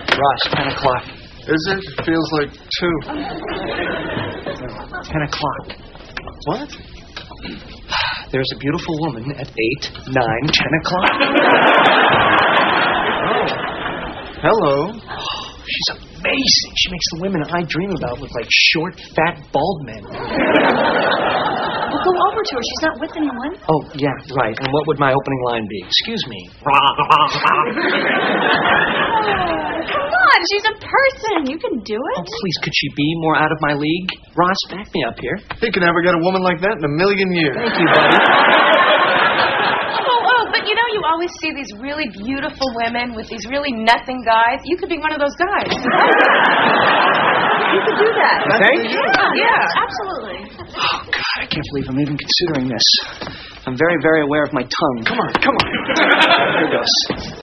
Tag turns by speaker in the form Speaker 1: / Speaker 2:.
Speaker 1: rush. Ten o'clock.
Speaker 2: Is it? Feels like two.
Speaker 1: Ten o'clock.
Speaker 2: What?
Speaker 1: There's a beautiful woman at eight, nine, ten o'clock.
Speaker 2: Oh. Hello.
Speaker 1: She's amazing. She makes the women I dream about look like short, fat, bald men.
Speaker 3: Well, go over to her. She's not with anyone.
Speaker 1: Oh, yeah, right. And what would my opening line be? Excuse me.
Speaker 3: Come on, she's a person. You can do
Speaker 1: Oh,
Speaker 3: it.
Speaker 1: please, could she be more out of my league? Ross, back me up here.
Speaker 2: Think you never get a woman like that in a million years.
Speaker 1: Thank you, buddy.
Speaker 4: Oh, oh, but you know, you always see these really beautiful women with these really nothing guys. You could be one of those guys.
Speaker 3: You could do that.
Speaker 1: Thank
Speaker 2: you.
Speaker 4: Yeah.
Speaker 3: Absolutely.
Speaker 1: Oh, God, I can't believe I'm even considering this. I'm very, very aware of my tongue. Come on, come on. Here goes.